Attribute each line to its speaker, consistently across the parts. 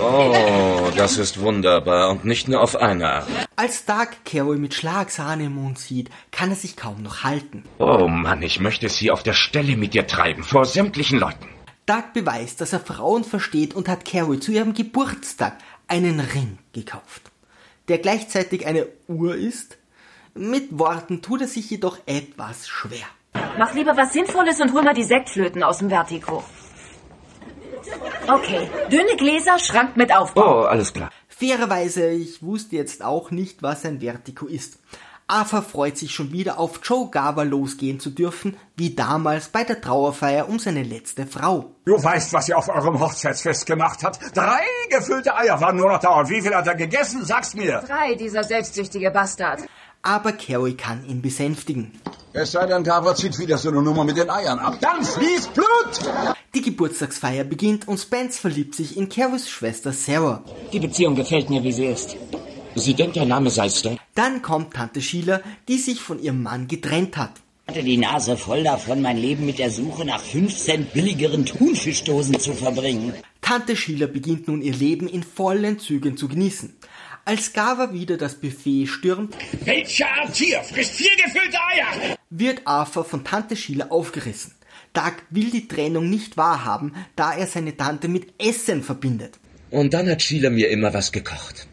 Speaker 1: Oh, das ist wunderbar und nicht nur auf eine Art.
Speaker 2: Als Dark Carol mit Schlagsahne im Mund sieht, kann er sich kaum noch halten.
Speaker 1: Oh Mann, ich möchte sie auf der Stelle mit dir treiben, vor sämtlichen Leuten.
Speaker 2: Doug beweist, dass er Frauen versteht und hat Carol zu ihrem Geburtstag einen Ring gekauft, der gleichzeitig eine Uhr ist. Mit Worten tut er sich jedoch etwas schwer.
Speaker 3: Mach lieber was Sinnvolles und hol mal die Sektflöten aus dem Vertico. Okay, dünne Gläser, Schrank mit Aufbau.
Speaker 1: Oh, alles klar.
Speaker 2: Fairerweise, ich wusste jetzt auch nicht, was ein Vertigo ist. Arthur freut sich schon wieder auf Joe Garber losgehen zu dürfen, wie damals bei der Trauerfeier um seine letzte Frau.
Speaker 4: Du weißt, was ihr auf eurem Hochzeitsfest gemacht habt. Drei gefüllte Eier waren nur noch da. Und wie viel hat er gegessen? Sag's mir.
Speaker 3: Drei, dieser selbstsüchtige Bastard.
Speaker 2: Aber Carrie kann ihn besänftigen.
Speaker 4: Es sei denn, Gabra zieht wieder so eine Nummer mit den Eiern ab. Dann fließt Blut!
Speaker 2: Die Geburtstagsfeier beginnt und Spence verliebt sich in Carries Schwester Sarah.
Speaker 5: Die Beziehung gefällt mir, wie sie ist.
Speaker 6: Sie denkt, der Name sei Stan?
Speaker 2: Dann kommt Tante Sheila, die sich von ihrem Mann getrennt hat.
Speaker 5: Ich hatte die Nase voll davon, mein Leben mit der Suche nach 5 Cent billigeren Thunfischdosen zu verbringen.
Speaker 2: Tante Sheila beginnt nun ihr Leben in vollen Zügen zu genießen. Als Gava wieder das Buffet stürmt,
Speaker 4: Welche Art hier frisst vier gefüllte Eier?
Speaker 2: wird Arthur von Tante Sheila aufgerissen. Doug will die Trennung nicht wahrhaben, da er seine Tante mit Essen verbindet.
Speaker 1: Und dann hat Sheila mir immer was gekocht.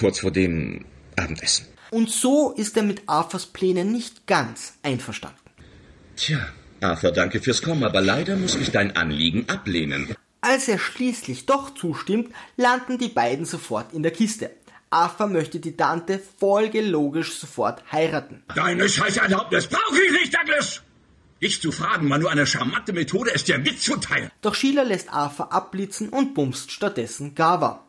Speaker 1: Kurz vor dem Abendessen.
Speaker 2: Und so ist er mit Arthurs Plänen nicht ganz einverstanden.
Speaker 1: Tja, Arthur, danke fürs Kommen, aber leider muss ich dein Anliegen ablehnen.
Speaker 2: Als er schließlich doch zustimmt, landen die beiden sofort in der Kiste. Arthur möchte die Tante folgelogisch sofort heiraten.
Speaker 4: Deine scheiß Erlaubnis brauche ich nicht, Douglas! Dich zu fragen war nur eine charmante Methode, es dir mitzuteilen.
Speaker 2: Doch Sheila lässt Arthur abblitzen und bumst stattdessen Gava.